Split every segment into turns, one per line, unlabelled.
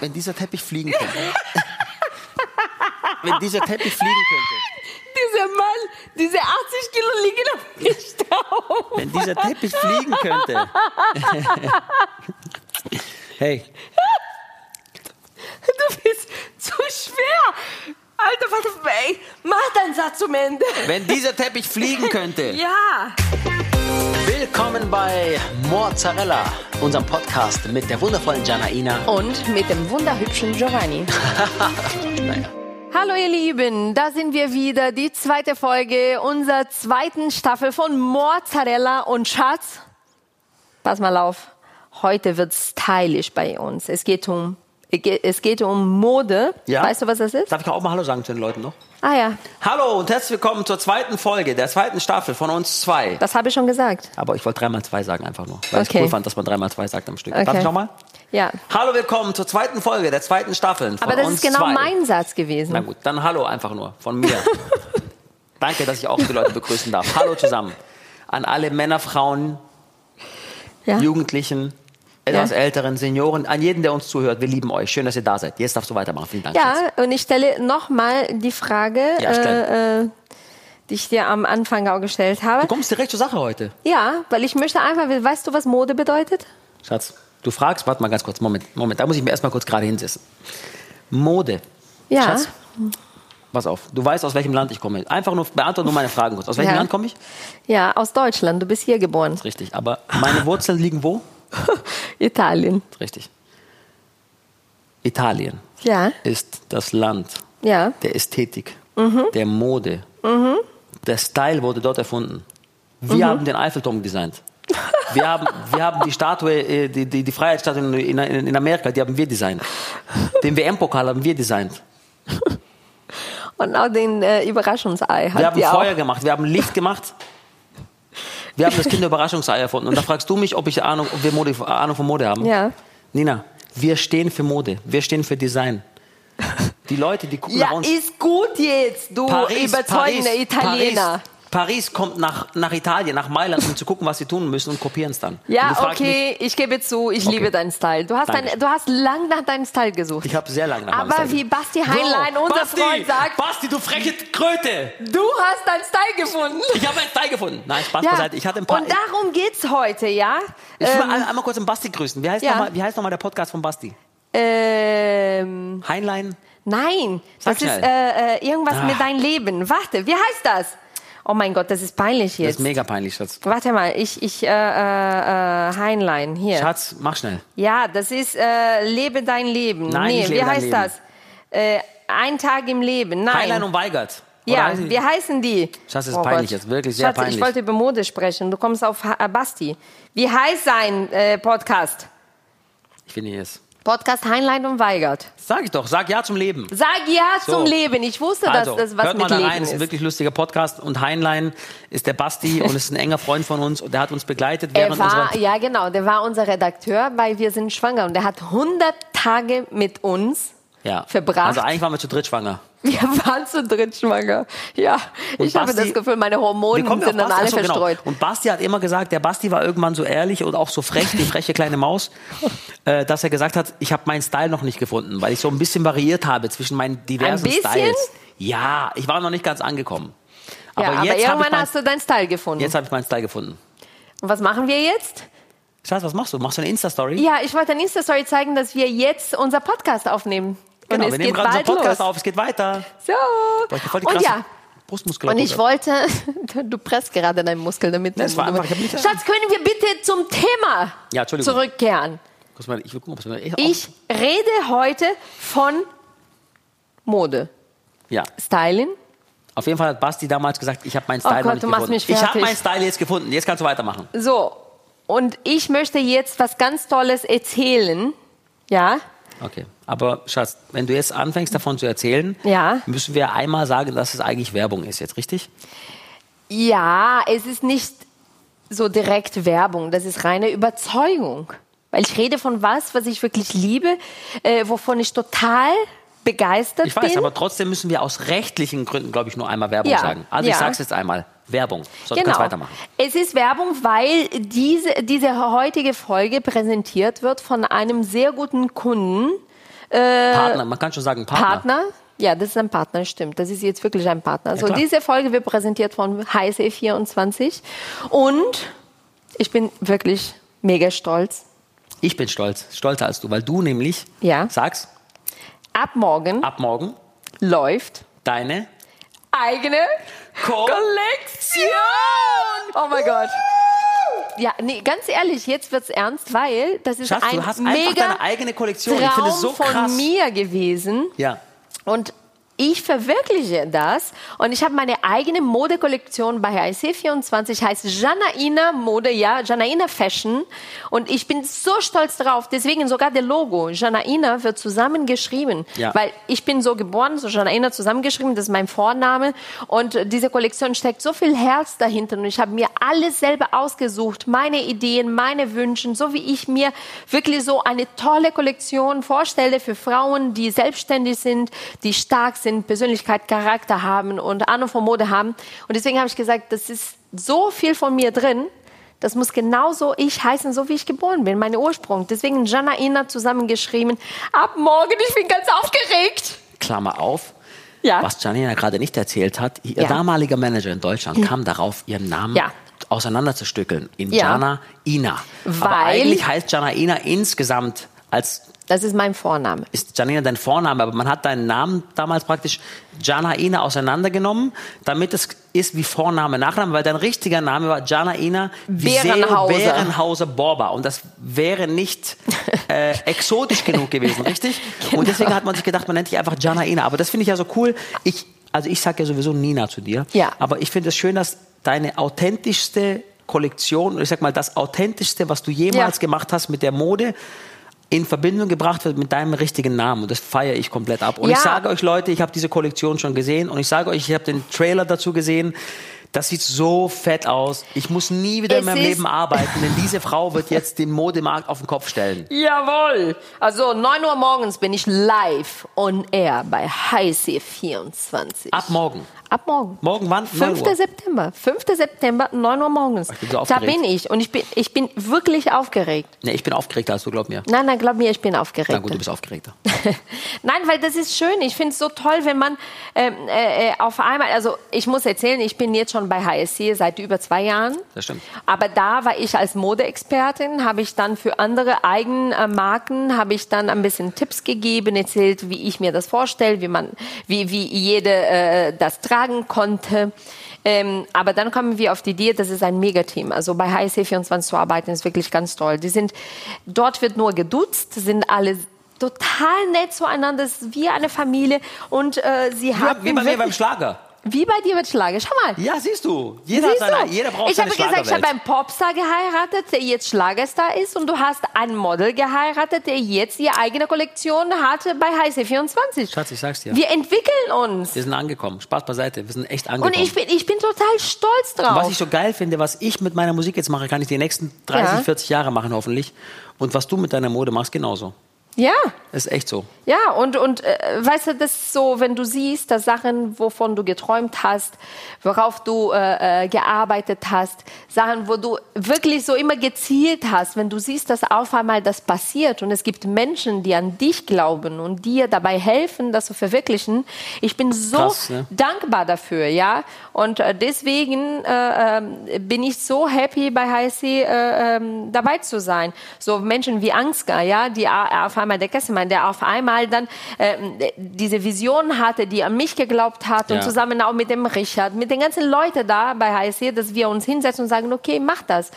wenn dieser Teppich fliegen könnte. wenn dieser Teppich fliegen könnte.
Dieser Mann, diese 80 Kilo liegen auf dem Staub.
Wenn dieser Teppich fliegen könnte. hey,
Du bist zu schwer. Alter, warte, ey, mach deinen Satz zum Ende.
wenn dieser Teppich fliegen könnte.
Ja.
Willkommen bei Mozzarella, unserem Podcast mit der wundervollen Janaina.
Und mit dem wunderhübschen Giovanni. Hallo ihr Lieben, da sind wir wieder, die zweite Folge unserer zweiten Staffel von Mozzarella und Schatz. Pass mal auf, heute wird stylisch bei uns. Es geht um, es geht um Mode.
Ja.
Weißt du, was das ist?
Darf ich auch mal Hallo sagen zu den Leuten noch?
Ah ja,
Hallo und herzlich willkommen zur zweiten Folge der zweiten Staffel von uns zwei.
das habe ich schon gesagt.
Aber ich wollte dreimal zwei sagen einfach nur, weil
Okay.
ich cool fand, dass man dreimal zwei sagt am Stück. Darf
Okay.
ich nochmal?
Ja.
Hallo, willkommen zur zweiten Folge der zweiten Staffel von
Aber das
uns
ist genau
zwei.
mein Satz gewesen.
Na gut, dann hallo einfach nur von mir. Danke, dass ich auch die Leute begrüßen darf. Hallo zusammen an alle Männer, Frauen,
Ja.
Jugendlichen, etwas
Ja.
älteren, Senioren, an jeden, der uns zuhört. Wir lieben euch. Schön, dass ihr da seid. Jetzt darfst du weitermachen. Vielen Dank. Schatz.
Ja, und ich stelle nochmal die Frage,
Ja,
äh,
stell.
äh, die ich dir am Anfang auch gestellt habe.
Du kommst direkt zur Sache heute.
Ja, weil ich möchte einfach, weißt du, was Mode bedeutet?
Schatz, du fragst, warte mal ganz kurz, Moment, Moment, da muss ich mir erstmal kurz gerade hinsetzen. Mode.
Ja.
Schatz, pass auf, du weißt, aus welchem Land ich komme. Einfach nur, beantworte nur meine Fragen kurz. Aus welchem
Ja.
Land komme ich?
Ja, aus Deutschland. Du bist hier geboren.
Richtig, aber meine Wurzeln liegen wo?
Italien.
Richtig. Italien
Ja,
ist das Land
ja.
der Ästhetik, der Mode. Der Style wurde dort erfunden. Wir haben den Eiffelturm designt. Wir haben, wir haben die Statue, äh, die, die, die Freiheitsstatue in, in, in Amerika, die haben wir designt. Den WM-Pokal haben wir designt.
Und auch den äh, Überraschungsei
Wir
hat
haben
die auch.
Feuer gemacht, wir haben Licht gemacht. Wir haben das Kinderüberraschungsei erfunden. Und da fragst du mich, ob ich Ahnung, ob wir Mode, Ahnung von Mode haben.
Ja.
Nina, wir stehen für Mode, wir stehen für Design. Die Leute, die gucken nach
Ja,
uns.
ist gut jetzt, du überzeugender Italiener.
Paris, Paris kommt nach, nach Italien, nach Mailand, um zu gucken, was sie tun müssen und kopieren es dann. und du
Ja,
fragst Mich,
okay, ich gebe zu, ich liebe deinen Style. Du hast,
Danke.
dein, du hast lang nach deinem Style gesucht.
ich habe sehr lange nach meinem
Aber
Style
wie
gesucht.
Basti Heinlein, unser
Basti,
Freund, sagt,
Basti, du freche Kröte!
du hast deinen Style gefunden.
Ich habe einen Style gefunden. Nein, Spaß beiseite. Ich hatte ein paar.
Und darum geht's heute, ja?
ich will mal
Ähm,
ein- einmal kurz den Basti grüßen. Wie heißt
Ja.
nochmal noch mal der Podcast von Basti?
ähm,
Heinlein?
nein,
Sag
das ist
schnell.
äh, äh, irgendwas
Ah.
mit dein Leben. Warte, wie heißt das? Oh mein Gott, das ist peinlich
Das ist
jetzt.
mega peinlich, Schatz.
Warte mal, ich, ich, äh, äh, äh, Heinlein, hier.
Schatz, mach schnell.
Ja, das ist äh, Lebe dein Leben.
Nein,
nee,
nicht
wie
Lebe dein
heißt
Leben.
das? Äh, ein Tag im Leben, nein.
Heinlein und Weigert. Oder
ja,
heißen die-
wie heißen die? Oh
Schatz, das ist peinlich jetzt, wirklich sehr
Schatz,
peinlich.
ich wollte über Mode sprechen. Du kommst auf ha Basti. Wie heißt sein äh, Podcast?
ich finde es.
Podcast Heinlein und Weigert.
Sag ich doch, sag Ja zum Leben.
Sag ja
So.
zum Leben. Ich wusste, dass
Also,
das was
hört
mit
mal da
Leben
rein, ist ein
ist.
wirklich lustiger Podcast und Heinlein ist der Basti und ist ein enger Freund von uns und der hat uns begleitet
Er
während unserer
war, ja genau, der war unser Redakteur bei Wir sind schwanger und der hat 100 Tage mit uns
ja.
verbracht.
Also eigentlich waren wir zu dritt schwanger.
Wir waren zu dritt schwanger. Ja,
Und
ich habe
Basti-
das Gefühl, meine
Wir
Hormone
kommen
sind
ja auf
dann alle
Basti, Ach so,
verstreut.
Genau. Und Basti hat immer gesagt, der Basti war irgendwann so ehrlich und auch so frech, die freche kleine Maus, äh, dass er gesagt hat, ich habe meinen Style noch nicht gefunden, weil ich so ein bisschen variiert habe zwischen meinen diversen
bisschen?
Styles. Ja, ich war noch nicht ganz angekommen. Aber,
ja, aber
jetzt habe ich,
irgendwann
mein,
hast du deinen Style gefunden.
jetzt hab ich meinen Style gefunden.
Und was machen wir jetzt?
Schatz, was machst du? Machst du eine Insta-Story?
Ja, ich wollte an Insta-Story zeigen, dass wir jetzt unser Podcast aufnehmen.
genau,
und
wir
es
nehmen
geht
gerade unseren
bald
Podcast
los.
auf, es geht weiter.
So.
Boah, ich hab voll die
und
krasse
ja,
Brustmuskulatur.
Und ich wollte, du presst gerade deinen Muskel damit.
Das war einfach- ich hab nicht-
Schatz, können wir bitte zum Thema
Ja, Entschuldigung.
zurückkehren?
Kurz mal, ich will gucken, ob es mir echt
Ich rede heute von Mode,
auf- Ja,
Styling.
auf jeden Fall hat Basti damals gesagt, ich habe meinen Style
Oh Gott,
noch nicht
du machst
gefunden.
mich
ich habe
fertig.
meinen Style jetzt gefunden. Jetzt kannst du weitermachen.
So, und ich möchte jetzt was ganz Tolles erzählen. Ja,
Okay. Aber Schatz, wenn du jetzt anfängst davon zu erzählen,
Ja.
müssen wir einmal sagen, dass es eigentlich Werbung ist jetzt, richtig?
ja, es ist nicht so direkt Werbung, das ist reine Überzeugung. Weil ich rede von was, was ich wirklich liebe, äh, wovon ich total begeistert
Ich weiß,
bin.
aber trotzdem müssen wir aus rechtlichen Gründen, glaube ich, nur einmal Werbung
Ja,
sagen. Also ich
ja.
sag's jetzt einmal. Werbung. So, du
Genau.
kannst weitermachen.
Es ist Werbung, weil diese, diese heutige Folge präsentiert wird von einem sehr guten Kunden,
Partner, man kann schon sagen Partner.
Äh, Partner. Ja, das ist ein Partner, stimmt. Das ist jetzt wirklich ein Partner. Also
klar.
diese Folge wird präsentiert von HSE24 und ich bin wirklich mega stolz.
Ich bin stolz, stolzer als du, weil du nämlich
Ja.
sagst,
Ab morgen
ab morgen
läuft
deine
eigene
Co
Kollektion. Oh mein Gott. Ja, nee, ganz ehrlich, jetzt wird's ernst, weil das ist
Schatz,
ein
du hast einfach
mega
deine eigene Kollektion. ich finde
Traum
es so
von
krass.
mir gewesen.
Ja.
Und ich verwirkliche das und ich habe meine eigene Modekollektion bei IC24, heißt Janaina Mode, ja, Janaina Fashion. Und ich bin so stolz drauf, deswegen sogar der Logo, Janaina, wird zusammengeschrieben.
Ja.
Weil ich bin so geboren, so Janaina zusammengeschrieben, das ist mein Vorname. Und diese Kollektion steckt so viel Herz dahinter und ich habe mir alles selber ausgesucht, meine Ideen, meine Wünsche, so wie ich mir wirklich so eine tolle Kollektion vorstelle für Frauen, die selbstständig sind, die stark sind, Persönlichkeit, Charakter haben und Ahnung von Mode haben. Und deswegen habe ich gesagt, das ist so viel von mir drin. Das muss genauso ich heißen, so wie ich geboren bin, meine Ursprung. Deswegen Jana Ina zusammengeschrieben. Ab morgen, ich bin ganz aufgeregt.
Klammer auf.
Ja.
Was Janina gerade nicht erzählt hat, ihr
Ja. Hm.
damaliger Manager in Deutschland kam darauf, ihren Namen
Ja.
auseinanderzustückeln in
Ja.
Jana Ina. Aber
Weil-
eigentlich heißt Jana Ina insgesamt als
Das ist mein Vorname.
ist Janina dein Vorname, aber man hat deinen Namen damals praktisch Jana Ina auseinandergenommen, damit es ist wie Vorname, Nachname, weil dein richtiger Name war Jana Ina Viseo
Bärenhauser.
Bärenhauser Borba und das wäre nicht äh, exotisch genug gewesen, richtig?
Genau.
Und deswegen hat man sich gedacht, man nennt dich einfach Jana Ina, aber das finde ich ja so cool. Ich also ich sage ja sowieso Nina zu dir,
Ja.
aber ich finde es schön, dass deine authentischste Kollektion, ich sag mal das authentischste, was du jemals
Ja.
gemacht hast mit der Mode, in Verbindung gebracht wird mit deinem richtigen Namen. Und das feiere ich komplett ab. Und
Ja.
ich sage euch, Leute, ich habe diese Kollektion schon gesehen und ich sage euch, ich habe den Trailer dazu gesehen. Das sieht so fett aus. Ich muss nie wieder
Es
in meinem
ist-
Leben arbeiten, denn diese Frau wird jetzt den Modemarkt auf den Kopf stellen.
Jawohl. Also 9 Uhr morgens bin ich live on air bei Heiße 24.
Ab morgen.
Ab morgen.
Morgen wann? 9
5.
Uhr.
September. 5. September, 9 Uhr morgens.
Ich bin so
da
aufgeregt.
bin ich und ich bin, ich bin wirklich aufgeregt.
Nee, ich bin aufgeregter als du, glaub mir.
Nein, nein, glaub mir, ich bin
Na
aufgeregt.
gut, du bist aufgeregter.
Nein, weil das ist schön. Ich finde es so toll, wenn man ähm, äh, äh, auf einmal, also ich muss erzählen, ich bin jetzt schon bei HSC seit über zwei Jahren.
Das stimmt.
Aber da war ich als Modeexpertin, habe ich dann für andere eigene äh, Marken, habe ich dann ein bisschen Tipps gegeben, erzählt, wie ich mir das vorstelle, wie man, wie, wie jede äh, das tragen konnte. Ähm, aber dann kommen wir auf die Idee, das ist ein Megateam. Also bei HSC24 zu arbeiten ist wirklich ganz toll. Die sind, dort wird nur geduzt, sind alle total nett zueinander, es ist wie eine Familie und äh, sie haben
Wie bei mir
wirklich-
beim Schlager.
wie bei dir mit Schlager. Schau mal.
Ja, siehst du. Jeder, hat
Siehst du?
seine, jeder braucht
ich
seine
habe gesagt, ich habe
Schlagerwelt.
einen Popstar geheiratet, der jetzt Schlagerstar ist, und du hast einen Model geheiratet, der jetzt ihre eigene Kollektion hatte bei Heiße 24.
Schatz, ich sag's dir.
Wir entwickeln uns.
Wir sind angekommen. Spaß beiseite. Wir sind echt angekommen.
Und ich bin, ich bin total stolz drauf.
Was ich so geil finde, was ich mit meiner Musik jetzt mache, kann ich die nächsten 30,
Ja.
40 Jahre machen hoffentlich. Und was du mit deiner Mode machst, genauso.
ja,
Ist echt so.
ja, und, und äh, weißt du, das ist so, wenn du siehst, dass Sachen, wovon du geträumt hast, worauf du äh, äh, gearbeitet hast, Sachen, wo du wirklich so immer gezielt hast, wenn du siehst, dass auf einmal das passiert und es gibt Menschen, die an dich glauben und dir dabei helfen, das zu verwirklichen. Ich bin so
Krass, ne?
dankbar dafür, ja. Und äh, deswegen äh, ähm, bin ich so happy bei HSC äh, ähm, dabei zu sein. So Menschen wie Ansgar, ja, die a- auf einmal der Kesselmann, der auf einmal dann ähm, diese Vision hatte, die an mich geglaubt hat
Ja.
und zusammen auch mit dem Richard, mit den ganzen Leuten da bei HSC, dass wir uns hinsetzen und sagen, okay, mach das.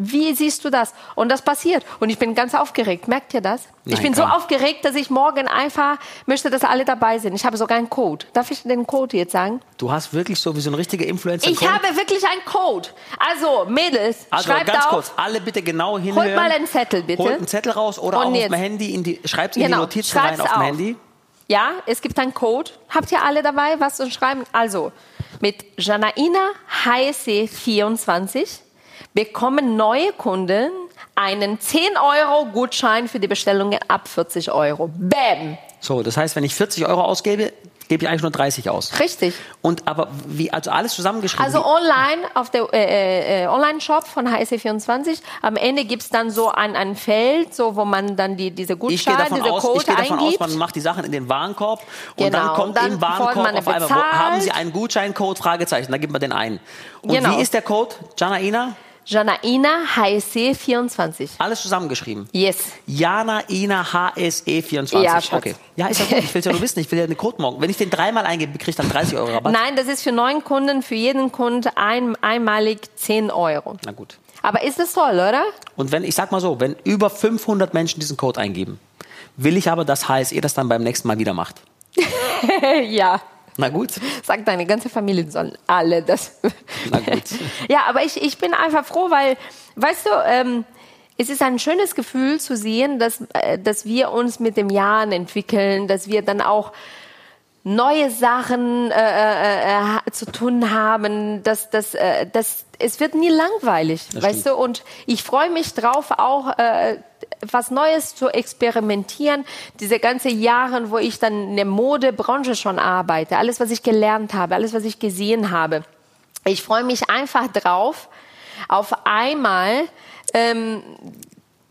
Wie siehst du das? Und das passiert. Und ich bin ganz aufgeregt. Merkt ihr das? ich
Nein,
bin so
komm.
aufgeregt, dass ich morgen einfach möchte, dass alle dabei sind. Ich habe sogar einen Code. Darf ich den Code jetzt sagen?
Du hast wirklich so wie so ein richtiger Influencer.
Ich habe wirklich einen Code. Also, Mädels,
also
schreibt
ganz
auf.
kurz, alle bitte genau hinhören.
Holt mal einen Zettel, bitte.
Holt einen Zettel raus oder
Und
auch auf
jetzt.
dem Handy in die schreibt in
Genau,
die Notizen
schreib's
rein auf dem
auf.
Handy.
Ja, es gibt einen Code. Habt ihr alle dabei, was zu schreiben? Also, mit Janaina HSE24 bekommen neue Kunden einen 10-Euro-Gutschein für die Bestellungen ab 40 Euro. Bam!
So, das heißt, wenn ich 40 Euro ausgebe, gebe ich eigentlich nur 30 aus.
Richtig.
Und aber wie, also alles zusammengeschrieben.
Also
wie,
online auf der äh, äh, Online-Shop von HSE24. Am Ende gibt's dann so ein, ein Feld, so wo man dann die, diese
ich gehe
Gutscheine,
davon,
diese
aus,
Code
ich gehe davon aus,
eingibt.
man macht die Sachen in den Warenkorb und
Genau,
dann kommt
und dann
im
bevor
Warenkorb
man
auf einmal, wo,
bezahlt-
haben Sie einen Gutscheincode? Fragezeichen, da gibt man den ein. Und
Genau.
wie ist der Code? Janaina?
Janaina HSE24.
Alles zusammengeschrieben.
Yes.
Jana Ina HSE24.
Ja, Schatz.
E okay. Ja, ist ja gut. Ich will ja nur wissen. Ich will ja einen Code morgen. Wenn ich den dreimal eingebe, kriege ich dann 30 Euro Rabatt.
Nein, das ist für neun Kunden, für jeden Kunden ein, einmalig 10 Euro.
Na gut.
Aber ist das toll, oder?
Und wenn, ich sag mal so, wenn über 500 Menschen diesen Code eingeben, will ich aber, dass HSE das dann beim nächsten Mal wieder macht.
ja.
Na gut.
Sag deine ganze Familie die sollen alle das.
Na gut.
ja, aber ich, ich bin einfach froh, weil, weißt du, ähm, es ist ein schönes Gefühl zu sehen, dass, äh, dass wir uns mit den Jahren entwickeln, dass wir dann auch neue Sachen äh, äh, äh, zu tun haben, dass, dass, äh, dass es wird nie langweilig, weißt du? Und ich freue mich drauf, auch äh, was Neues zu experimentieren. Diese ganzen Jahre, wo ich dann in der Modebranche schon arbeite, alles, was ich gelernt habe, alles, was ich gesehen habe. Ich freue mich einfach drauf, auf einmal ähm,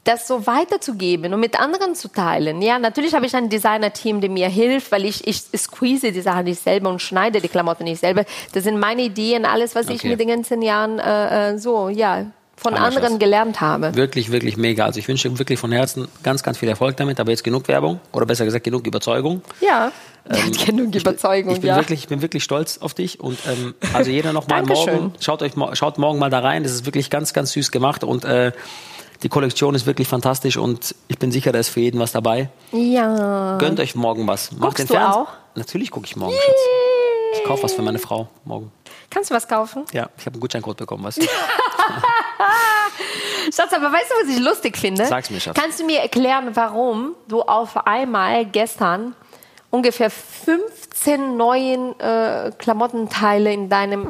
das so weiterzugeben und mit anderen zu teilen. Ja, natürlich habe ich ein Designer-Team, der mir hilft, weil ich, ich squeeze die Sachen nicht selber und schneide die Klamotten nicht selber. Das sind meine Ideen, alles, was ich
Okay.
mit den ganzen Jahren äh, äh, so, ja, von
Hammer,
anderen
Schatz.
gelernt habe.
Wirklich, wirklich mega. Also ich wünsche wirklich von Herzen ganz, ganz viel Erfolg damit. Aber jetzt genug Werbung oder besser gesagt genug Überzeugung.
Ja, die hat genug Überzeugung,
Ich bin,
ja.
wirklich, ich bin wirklich stolz auf dich und ähm, also jeder nochmal
Dankeschön.
morgen, schaut euch mo- schaut morgen mal da rein, das ist wirklich ganz, ganz süß gemacht und äh, die Kollektion ist wirklich fantastisch und ich bin sicher, da ist für jeden was dabei.
ja.
Gönnt euch morgen was. Macht
Ah. Guckst
den
du
Fernseher.
auch?
Natürlich gucke ich morgen, Schatz. Ich kaufe was für meine Frau morgen.
Kannst du was kaufen?
Ja, ich habe einen Gutscheincode bekommen, weißt du?
Schatz, aber weißt du, was ich lustig finde?
Sag's mir, Schatz.
Kannst du mir erklären, warum du auf einmal gestern ungefähr 15 neuen äh, Klamottenteile in deinem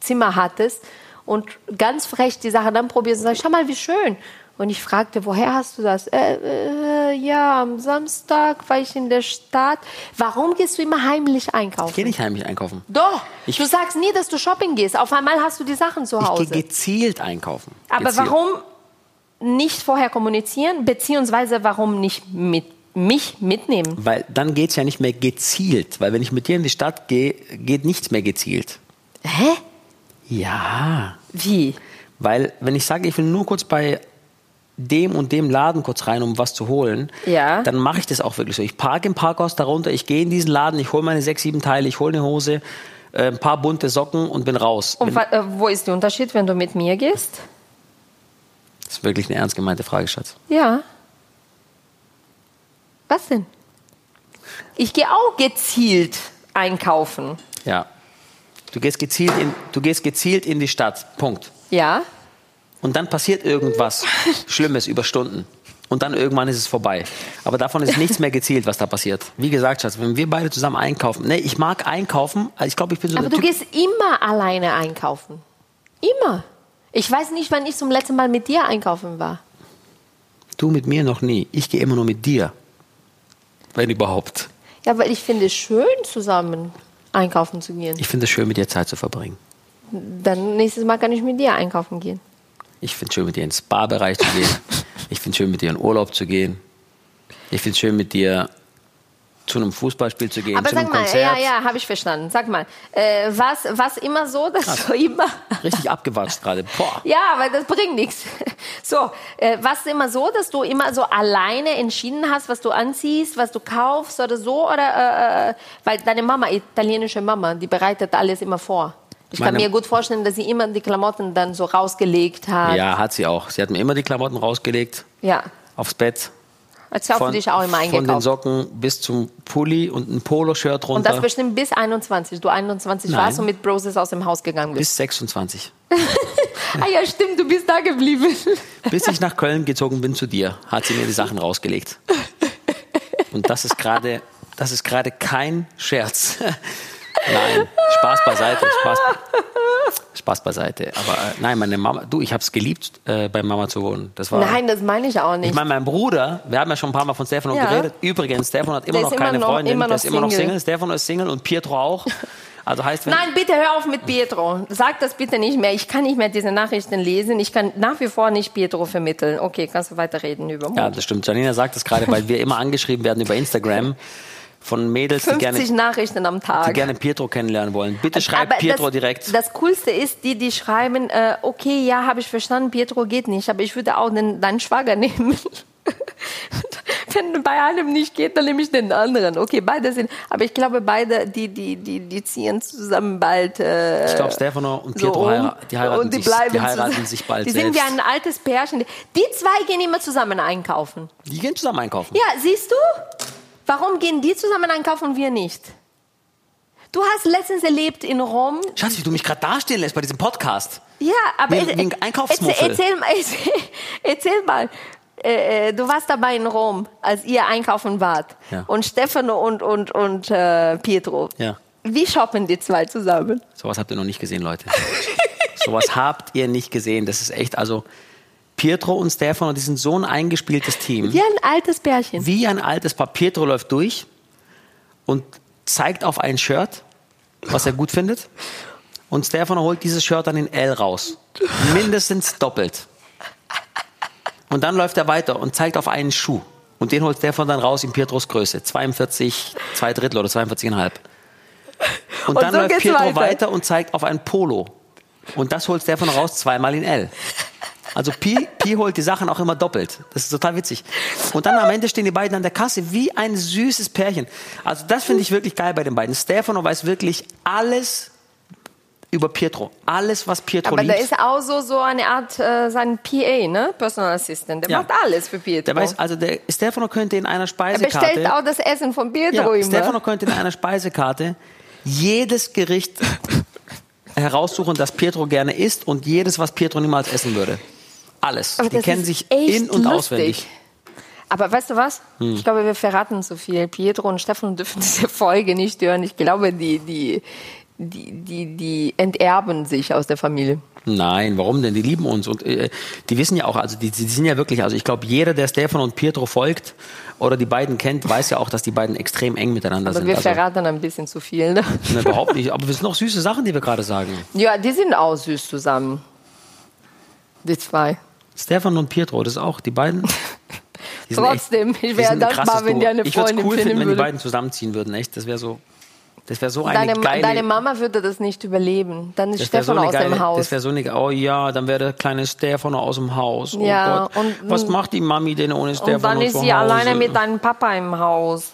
Zimmer hattest und ganz frech die Sache dann probierst und sagst, schau mal, wie schön. Und ich fragte, woher hast du das? Äh, äh, ja, am Samstag war ich in der Stadt. Warum gehst du immer heimlich einkaufen?
Ich gehe nicht heimlich einkaufen.
Doch,
Ich-
du sagst nie, dass du shopping gehst. Auf einmal hast du die Sachen zu Hause.
Ich gehe gezielt einkaufen.
Aber
gezielt.
warum nicht vorher kommunizieren, beziehungsweise warum nicht mit mich mitnehmen?
Weil dann geht's ja nicht mehr gezielt. Weil wenn ich mit dir in die Stadt gehe, geht nichts mehr gezielt.
Hä?
Ja.
Wie?
Weil wenn ich sage, ich will nur kurz bei dem und dem Laden kurz rein, um was zu holen,
Ja.
dann mache ich das auch wirklich so. Ich parke im Parkhaus darunter, ich gehe in diesen Laden, ich hole meine sechs, sieben Teile, ich hole eine Hose, äh, ein paar bunte Socken und bin raus.
Und wa- äh, wo ist der Unterschied, wenn du mit mir gehst?
Das ist wirklich eine ernst gemeinte Frage, Schatz.
Ja. Was denn? Ich gehe auch gezielt einkaufen.
Ja. Du gehst gezielt in, du gehst gezielt in die Stadt. Punkt.
Ja?
Und dann passiert irgendwas Schlimmes über Stunden. Und dann irgendwann ist es vorbei. Aber davon ist nichts mehr gezielt, was da passiert. Wie gesagt, Schatz, wenn wir beide zusammen einkaufen. Nee, ich mag einkaufen. Also ich glaube, ich bin so
Aber
der
du
Typ.
gehst immer alleine einkaufen. Immer. Ich weiß nicht, wann ich zum letzten Mal mit dir einkaufen war.
Du mit mir noch nie. Ich gehe immer nur mit dir. Wenn überhaupt.
Ja, weil ich finde es schön, zusammen einkaufen zu gehen.
Ich finde es schön, mit dir Zeit zu verbringen.
Dann nächstes Mal kann ich mit dir einkaufen gehen.
Ich finde es schön, mit dir in den Spa-Bereich zu gehen. Ich finde es schön, mit dir in Urlaub zu gehen. Ich finde es schön, mit dir zu einem Fußballspiel zu gehen,
Aber
zu
sag
einem
mal,
Konzert.
ja, ja, habe ich verstanden. Sag mal, äh, was, was immer so, dass du immer.
Richtig abgewatscht gerade. Boah.
Ja, weil das bringt nichts. So, äh, was immer so, dass du immer so alleine entschieden hast, was du anziehst, was du kaufst oder so oder äh, äh, weil deine Mama, italienische Mama, die bereitet alles immer vor. Ich kann
Meine-
mir gut vorstellen, dass sie immer die Klamotten dann so rausgelegt hat.
Ja, hat sie auch. Sie hat mir immer die Klamotten rausgelegt,
ja.
aufs Bett.
Als kaufst du dich auch immer
von den
eingekauft.
Socken bis zum Pulli und ein Poloshirt
Und
runter
das bestimmt bis 21. Du 21
Nein.
warst und mit Broses aus dem Haus gegangen bist.
bis 26.
ah ja, stimmt, du bist da geblieben.
Bis ich nach Köln gezogen bin zu dir, hat sie mir die Sachen rausgelegt. Und das ist gerade, das ist gerade kein Scherz. Nein, Spaß beiseite, Spaß, Spaß beiseite. Aber äh, nein, meine Mama, du, ich habe es geliebt, äh, bei Mama zu wohnen. Das war,
Nein, das meine ich auch nicht.
Ich meine, mein Bruder, wir haben ja schon ein paar Mal von Stefano
Ja.
geredet. Übrigens, Stefano hat immer
Der
noch
ist
keine
immer noch-
Freundin.
immer
der
noch
ist immer noch
Single.
Single. Stefano ist Single und Pietro auch. Also heißt, wenn
Nein, bitte hör auf mit Pietro. Sag das bitte nicht mehr. Ich kann nicht mehr diese Nachrichten lesen. Ich kann nach wie vor nicht Pietro vermitteln. Okay, kannst du weiterreden über Mut.
Ja, das stimmt. Janina sagt es gerade, weil wir immer angeschrieben werden über Instagram von Mädels, die
50
gerne, die
Nachrichten am Tag.
gerne Pietro kennenlernen wollen. Bitte schreibt
Aber
Pietro
das,
direkt.
Das Coolste ist, die, die schreiben, äh, okay, ja, habe ich verstanden, Pietro geht nicht, aber ich würde auch den, deinen Schwager nehmen. Wenn bei einem nicht geht, dann nehme ich den anderen. Okay, beide sind, aber ich glaube, beide, die, die, die, die ziehen zusammen bald. Äh,
ich glaube, Stefano und Pietro
um.
heira die heiraten,
und die
sich,
bleiben
die heiraten
zusammen.
sich bald
Die sind
selbst.
wie ein altes Pärchen. Die zwei gehen immer zusammen einkaufen.
die gehen zusammen einkaufen.
Ja, siehst du? Warum gehen die zusammen einkaufen und wir nicht? Du hast letztens erlebt in Rom.
Schatz, wie du mich gerade dastehen lässt bei diesem Podcast.
Ja, aber
Wegen- wegen Einkaufsmuffel.
erzähl, erzähl, mal- erzähl, erzähl mal. Äh, äh, du warst dabei in Rom, als ihr einkaufen wart.
Ja.
Und Stefano und, und, und äh, Pietro.
Ja.
Wie shoppen die zwei zusammen?
Sowas habt ihr noch nicht gesehen, Leute. Sowas habt ihr nicht gesehen. Das ist echt, also Pietro und Stefano, die sind so ein eingespieltes Team.
Wie ein altes Pärchen.
Wie ein altes Paar. Pietro läuft durch und zeigt auf ein Shirt, was er gut findet. Und Stefano holt dieses Shirt dann in L raus. Mindestens doppelt. Und dann läuft er weiter und zeigt auf einen Schuh. Und den holt Stefano dann raus in Pietros Größe. 42, zwei Drittel oder 42,5. Und,
Und
dann
so
läuft
geht's
Pietro
weiter.
weiter und zeigt auf ein Polo. Und das holt Stefano raus zweimal in L. Also Pi, Pi holt die Sachen auch immer doppelt. Das ist total witzig. Und dann am Ende stehen die beiden an der Kasse wie ein süßes Pärchen. Also das finde ich wirklich geil bei den beiden. Stefano weiß wirklich alles über Pietro. Alles, was Pietro
Aber da
liebt.
ist auch so, so eine Art, äh, sein PA, ne? Personal Assistant. Der
Ja.
macht alles für Pietro.
der weiß, also der Stefano könnte in einer
er
Speisekarte...
bestellt auch das Essen von Pietro
ja,
immer.
Stefano könnte in einer Speisekarte jedes Gericht heraussuchen, das Pietro gerne isst und jedes, was Pietro niemals essen würde. Alles.
Aber
die
das
kennen
ist
sich
echt
in und
lustig.
auswendig. Hm.
Aber weißt du was? Ich glaube, wir verraten zu viel. Pietro und Stefan dürfen diese Folge nicht hören. Ich glaube, die, die, die, die, die enterben sich aus der Familie.
Nein, warum denn? Die lieben uns und äh, die wissen ja auch, also die, die sind ja wirklich, also ich glaube, jeder, der Stefano und Pietro folgt oder die beiden kennt, weiß ja auch, dass die beiden extrem eng miteinander
Aber
sind.
wir
also,
verraten ein bisschen zu viel. Ne?
ne, überhaupt nicht. Aber es sind noch süße Sachen, die wir gerade sagen.
Ja, die sind auch süß zusammen. Die zwei.
Stefan und Pietro, das ist auch die beiden. die sind
Trotzdem, ich
die
wäre
sind ein
dankbar,
krasses
wenn
Duo.
die eine
Ich würde es
Freundin
cool
finden
finden, wenn die
würde.
beiden zusammenziehen würden, echt. Das wäre so, das wäre so eine
Deine,
geile.
deine Mama würde das nicht überleben. Dann ist
das wäre so
Stefan
eine
aus
geile,
dem
Das
Haus.
wäre so eine, oh ja, dann wäre der kleine Stefano aus dem Haus. Oh
Ja,
Gott.
und-
Was macht die Mami denn ohne Stefano
Und dann ist
zu Hause?
sie alleine mit deinem Papa im Haus.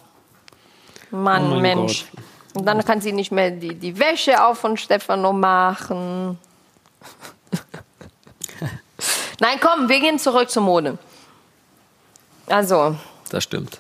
Mann,
Oh mein
Mensch. Und dann kann sie nicht mehr die, die Wäsche auch von Stefano machen. Nein, komm, wir gehen zurück zur Mode. Also,
Das stimmt.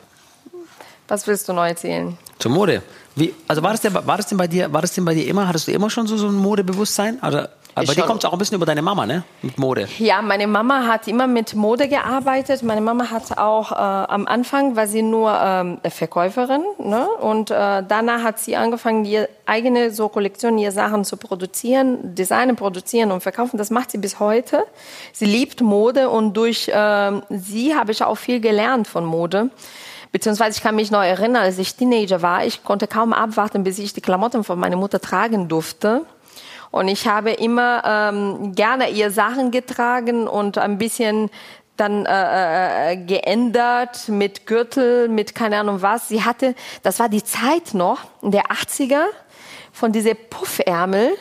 was willst du neu erzählen?
Zur Mode. Wie, also war das, denn, war, das denn bei dir, war das denn bei dir immer, hattest du immer schon so, so ein Modebewusstsein? Oder, aber bei dir
schon.
kommt es auch ein bisschen über deine Mama, ne? Mit Mode.
Ja, meine Mama hat immer mit Mode gearbeitet. Meine Mama hat auch äh, am Anfang war sie nur ähm, Verkäuferin ne? und äh, danach hat sie angefangen, ihr eigene so Kollektion, ihr Sachen zu produzieren, designen, produzieren und verkaufen. Das macht sie bis heute. Sie liebt Mode und durch ähm, sie habe ich auch viel gelernt von Mode. Beziehungsweise ich kann mich noch erinnern, als ich Teenager war, ich konnte kaum abwarten, bis ich die Klamotten von meiner Mutter tragen durfte. Und ich habe immer ähm, gerne ihr Sachen getragen und ein bisschen dann äh, äh, äh, geändert mit Gürtel, mit keine Ahnung was. Sie hatte, das war die Zeit noch in der 80er von diese Puffärmel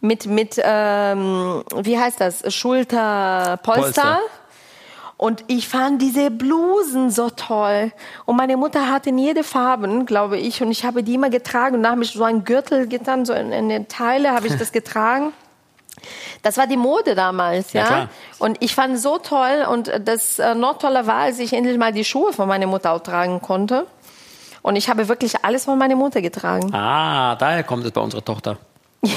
mit mit ähm, wie heißt das Schulterpolster.
Polster.
Und ich fand diese Blusen so toll. Und meine Mutter hatte in jede Farben, glaube ich. Und ich habe die immer getragen. Und da habe ich so einen Gürtel getan, so in, in den Teile habe ich das getragen. Das war die Mode damals,
Ja,
ja.
klar.
und ich fand so toll. Und das äh, noch toller war, als ich endlich mal die Schuhe von meiner Mutter auch tragen konnte. Und ich habe wirklich alles von meiner Mutter getragen.
Ah, daher kommt es bei unserer Tochter.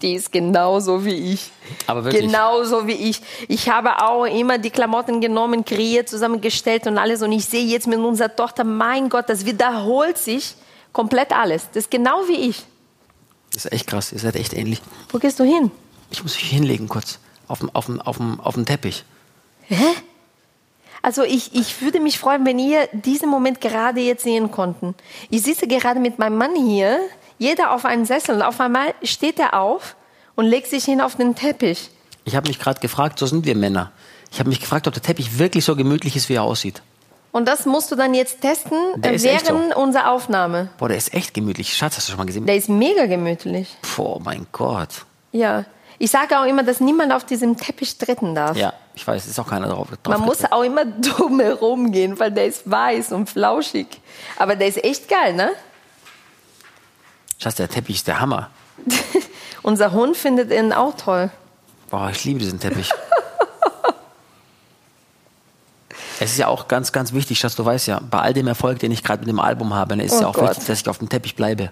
Die ist genauso wie ich.
Aber wirklich?
Genauso wie ich. Ich habe auch immer die Klamotten genommen, kreiert, zusammengestellt und alles. Und ich sehe jetzt mit unserer Tochter, mein Gott, das wiederholt sich komplett alles. Das ist genau wie ich.
Das ist echt krass, ihr seid echt ähnlich.
Wo gehst du hin?
Ich muss mich hinlegen kurz. Auf dem, auf dem, auf dem, auf dem Teppich.
Also ich, ich würde mich freuen, wenn ihr diesen Moment gerade jetzt sehen konnten. Ich sitze gerade mit meinem Mann hier, jeder auf einem Sessel und auf einmal steht er auf und legt sich hin auf den Teppich.
Ich habe mich gerade gefragt, so sind wir Männer. Ich habe mich gefragt, ob der Teppich wirklich so gemütlich ist, wie er aussieht.
Und das musst du dann jetzt testen
Der
äh,
ist echt
während unserer Aufnahme.
Boah, der ist echt gemütlich. Schatz, hast du schon mal gesehen?
Der ist mega gemütlich.
Boah, mein Gott.
Ja. Ich sage auch immer, dass niemand auf diesem Teppich treten darf.
Ja, ich weiß, ist auch keiner drauf. drauf
Man muss auch immer dumm herumgehen, weil der ist weiß und flauschig. Aber der ist echt geil, ne?
Schatz, der Teppich ist der Hammer.
Unser Hund findet ihn auch toll.
Boah, ich liebe diesen Teppich. es ist ja auch ganz, ganz wichtig, Schatz, du weißt ja, bei all dem Erfolg, den ich gerade mit dem Album habe, ne, ist
Oh
ja auch
Gott.
wichtig, dass ich auf dem Teppich bleibe.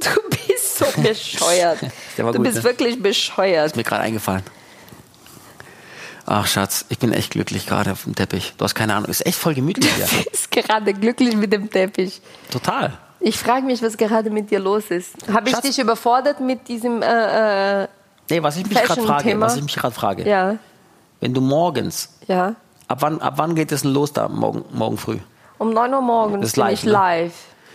Du bist so bescheuert.
Der war
du
gut,
bist
ne?
wirklich bescheuert.
Mir gerade eingefallen. Ach, Schatz, ich bin echt glücklich gerade auf dem Teppich. Du hast keine Ahnung, ist echt voll gemütlich hier.
Du bist gerade glücklich mit dem Teppich.
Total.
Ich frage mich, was gerade mit dir los ist. Habe ich
Schatz.
dich überfordert mit diesem... Äh, äh,
Nee, was ich mich gerade
Fashion-Thema.
frage, was ich mich gerade frage,
ja,
wenn du morgens,
ja.
ab wann, ab wann geht es denn los da morgen, morgen früh?
Um 9 Uhr morgens
Das ist
bin
live,
ich
ne?
live.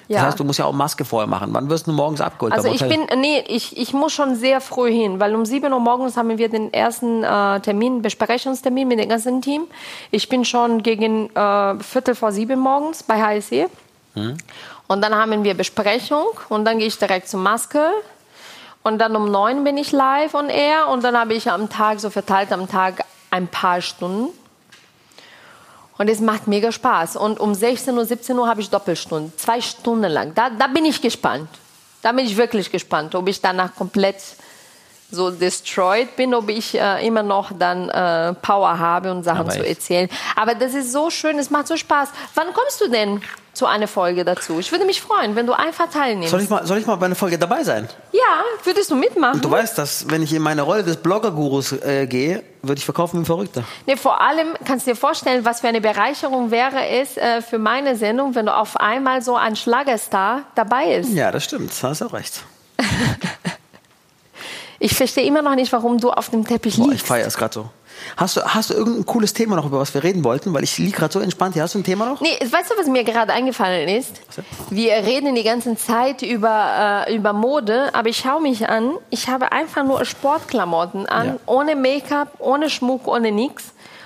Ja.
Das heißt, um du musst ja auch Maske vorher machen. Wann wirst du morgens abgeholt?
Also
Beim
ich
Hotel?
bin, nee, ich, ich muss schon sehr früh hin, weil um 7 Uhr morgens haben wir den ersten äh, Termin, Besprechungstermin mit dem ganzen Team. Ich bin schon gegen äh, Viertel vor sieben morgens bei HSE. Und dann haben wir Besprechung und dann gehe ich direkt zur Maske. Und dann um neun bin ich live on air und dann habe ich am Tag, so verteilt am Tag, ein paar Stunden. Und es macht mega Spaß. Und um 16 Uhr, 17 Uhr habe ich Doppelstunden. Zwei Stunden lang. Da, da bin ich gespannt. Da bin ich wirklich gespannt, ob ich danach komplett so destroyed bin, ob ich äh, immer noch dann äh, Power habe und Sachen
Aber
zu
ich-
erzählen. Aber das ist so schön, es macht so Spaß. Wann kommst du denn zu einer Folge dazu? Ich würde mich freuen, wenn du einfach teilnimmst.
soll, ich mal, soll ich mal bei einer Folge dabei sein?
Ja, würdest du mitmachen?
Du weißt, dass wenn ich in meine Rolle des Blogger-Gurus äh, gehe, würde ich verkaufen wie ein Verrückter.
Nee, vor allem kannst du dir vorstellen, was für eine Bereicherung wäre es äh, für meine Sendung, wenn du auf einmal so ein Schlagerstar dabei ist.
Ja, das stimmt. Da hast du auch recht.
Ich verstehe immer noch nicht, warum du auf dem Teppich
Boah, ich
liegst.
feiere es gerade so. Hast du, hast du irgendein cooles Thema noch, über was wir reden wollten? Weil ich liege gerade so entspannt. Hier, hast du ein Thema noch?
Nee, weißt du, was mir gerade eingefallen ist?
denn?
Wir reden die ganze Zeit über, äh, über Mode, aber ich schaue mich an, ich habe einfach nur Sportklamotten an,
Ja.
ohne Make-up, ohne Schmuck, ohne nix.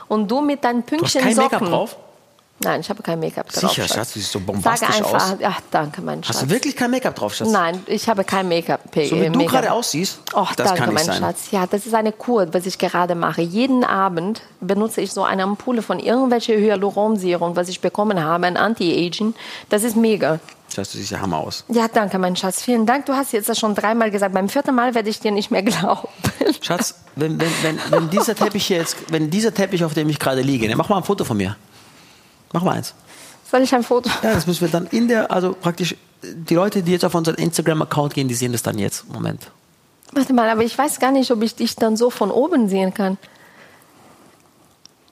Und du mit deinen
Du hast
Pünktchen
kein
Socken.
Make-up drauf?
Nein, ich habe kein Make-up drauf.
Sicher, Schatz, du siehst so bombastisch
Sag einfach,
aus.
Ach, danke, mein Schatz.
Hast du wirklich kein Make-up drauf, Schatz?
Nein, ich habe kein Make-up.
So wie du
Make-up.
gerade aussiehst,
Och,
das
danke,
kann nicht
mein
sein.
Schatz. Ja, das ist eine Kur, was ich gerade mache. Jeden Abend benutze ich so eine Ampulle von irgendwelcher Hyaluronserum, was ich bekommen habe, ein Anti-Aging. Das ist mega.
Schatz, du siehst ja Hammer aus.
Ja, danke, mein Schatz. Vielen Dank. Du hast jetzt das schon dreimal gesagt. Beim vierten Mal werde ich dir nicht mehr glauben.
Schatz, wenn, wenn, wenn, wenn dieser Teppich hier jetzt, wenn dieser Teppich, auf dem ich gerade liege, ne, mach mal ein Foto von mir. Mach mal eins.
Soll ich ein Foto?
Ja, das müssen wir dann in der, also praktisch, die Leute, die jetzt auf unseren Instagram-Account gehen, die sehen das dann jetzt. Moment.
Warte mal, aber ich weiß gar nicht, ob ich dich dann so von oben sehen kann.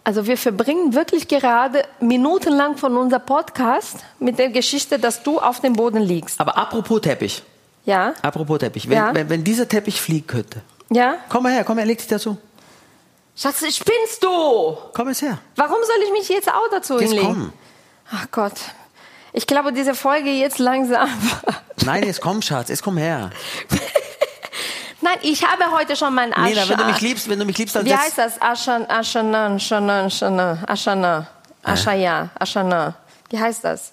Also wir verbringen wirklich gerade minutenlang von unserem Podcast mit der Geschichte, dass du auf dem Boden liegst.
Aber apropos Teppich,
Ja?
apropos Teppich, wenn,
Ja.
wenn, wenn dieser Teppich fliegen könnte,
Ja?
komm mal her, komm her, leg dich dazu.
Schatz, spinnst du?
Komm jetzt her.
Warum soll ich mich jetzt auch dazu
Jetzt
hinlegen?
komm.
Ach Gott. Ich glaube, diese Folge jetzt langsam.
Nein, jetzt komm, Schatz, jetzt komm her.
Nein, ich habe heute schon meinen Asche.
Nee, na, wenn du mich liebst, wenn du mich liebst, dann
Ah, Wie
setz-
heißt das? Aschan, Aschanan, Aschanan, Aschanan, Aschanan, Aschaya, Aschanan. Wie heißt das?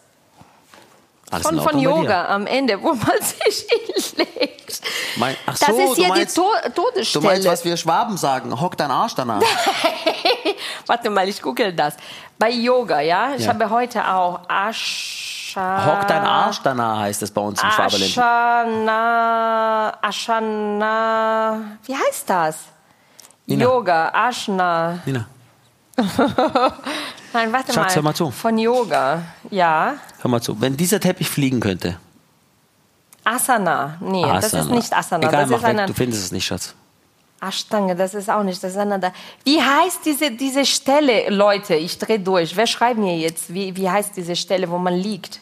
Alles in
Von, von
Ordnung bei dir.
Yoga am Ende, wo man sich hinlegt.
Mein- ach
das
so,
ist
du
ja
meinst-
die to Todesstelle.
Du meinst, was wir Schwaben sagen, hock deinen Arsch danach.
Warte mal, ich google das. Bei Yoga, ja? Ich
Ja.
habe heute auch Ascha.
Hock deinen Arsch danach heißt es bei uns im
Ah,
Schwaberland.
Ashana, Ashana, wie heißt das?
Nina.
Yoga, Ashna.
Nina,
Nein, warte
Schatz,
mal.
hör mal zu.
Von Yoga, ja.
hör mal zu. Wenn dieser Teppich fliegen könnte,
Asana, nee, das ist
Asana.
nicht Asana.
Egal,
das
mach
ist
weg,
eine
du findest es nicht, Schatz.
Ashtanga, Ah, das ist auch nicht, das ist eine da. Wie heißt diese, diese Stelle, Leute? Ich drehe durch. Wer schreibt mir jetzt, wie, wie heißt diese Stelle, wo man liegt?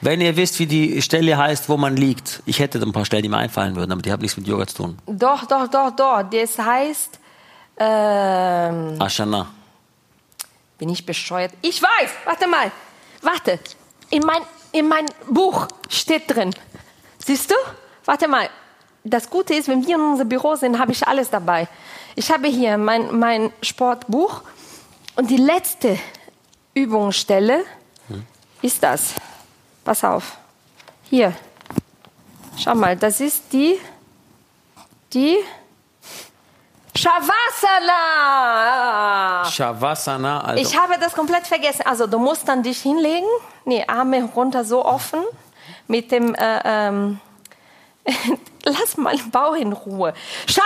Wenn ihr wisst, wie die Stelle heißt, wo man liegt, ich hätte ein paar Stellen, die mir einfallen würden, aber die haben nichts mit Yoga zu tun.
Doch, doch, doch, doch. Das heißt, ähm,
Ashana.
bin ich bescheuert? Ich weiß. Warte mal. Warte. In mein, in mein Buch steht drin. Siehst du? Warte mal. Das Gute ist, wenn wir in unserem Büro sind, habe ich alles dabei. Ich habe hier mein, mein Sportbuch und die letzte Übungsstelle ist das. Pass auf. Hier. Schau mal, das ist die, die Shavasana.
Shavasana, also.
Ah. Ich habe das komplett vergessen. Also du musst dann dich hinlegen, nee, Arme runter so offen, mit dem, äh, ähm, lass mal den Bauch in Ruhe. Schatz,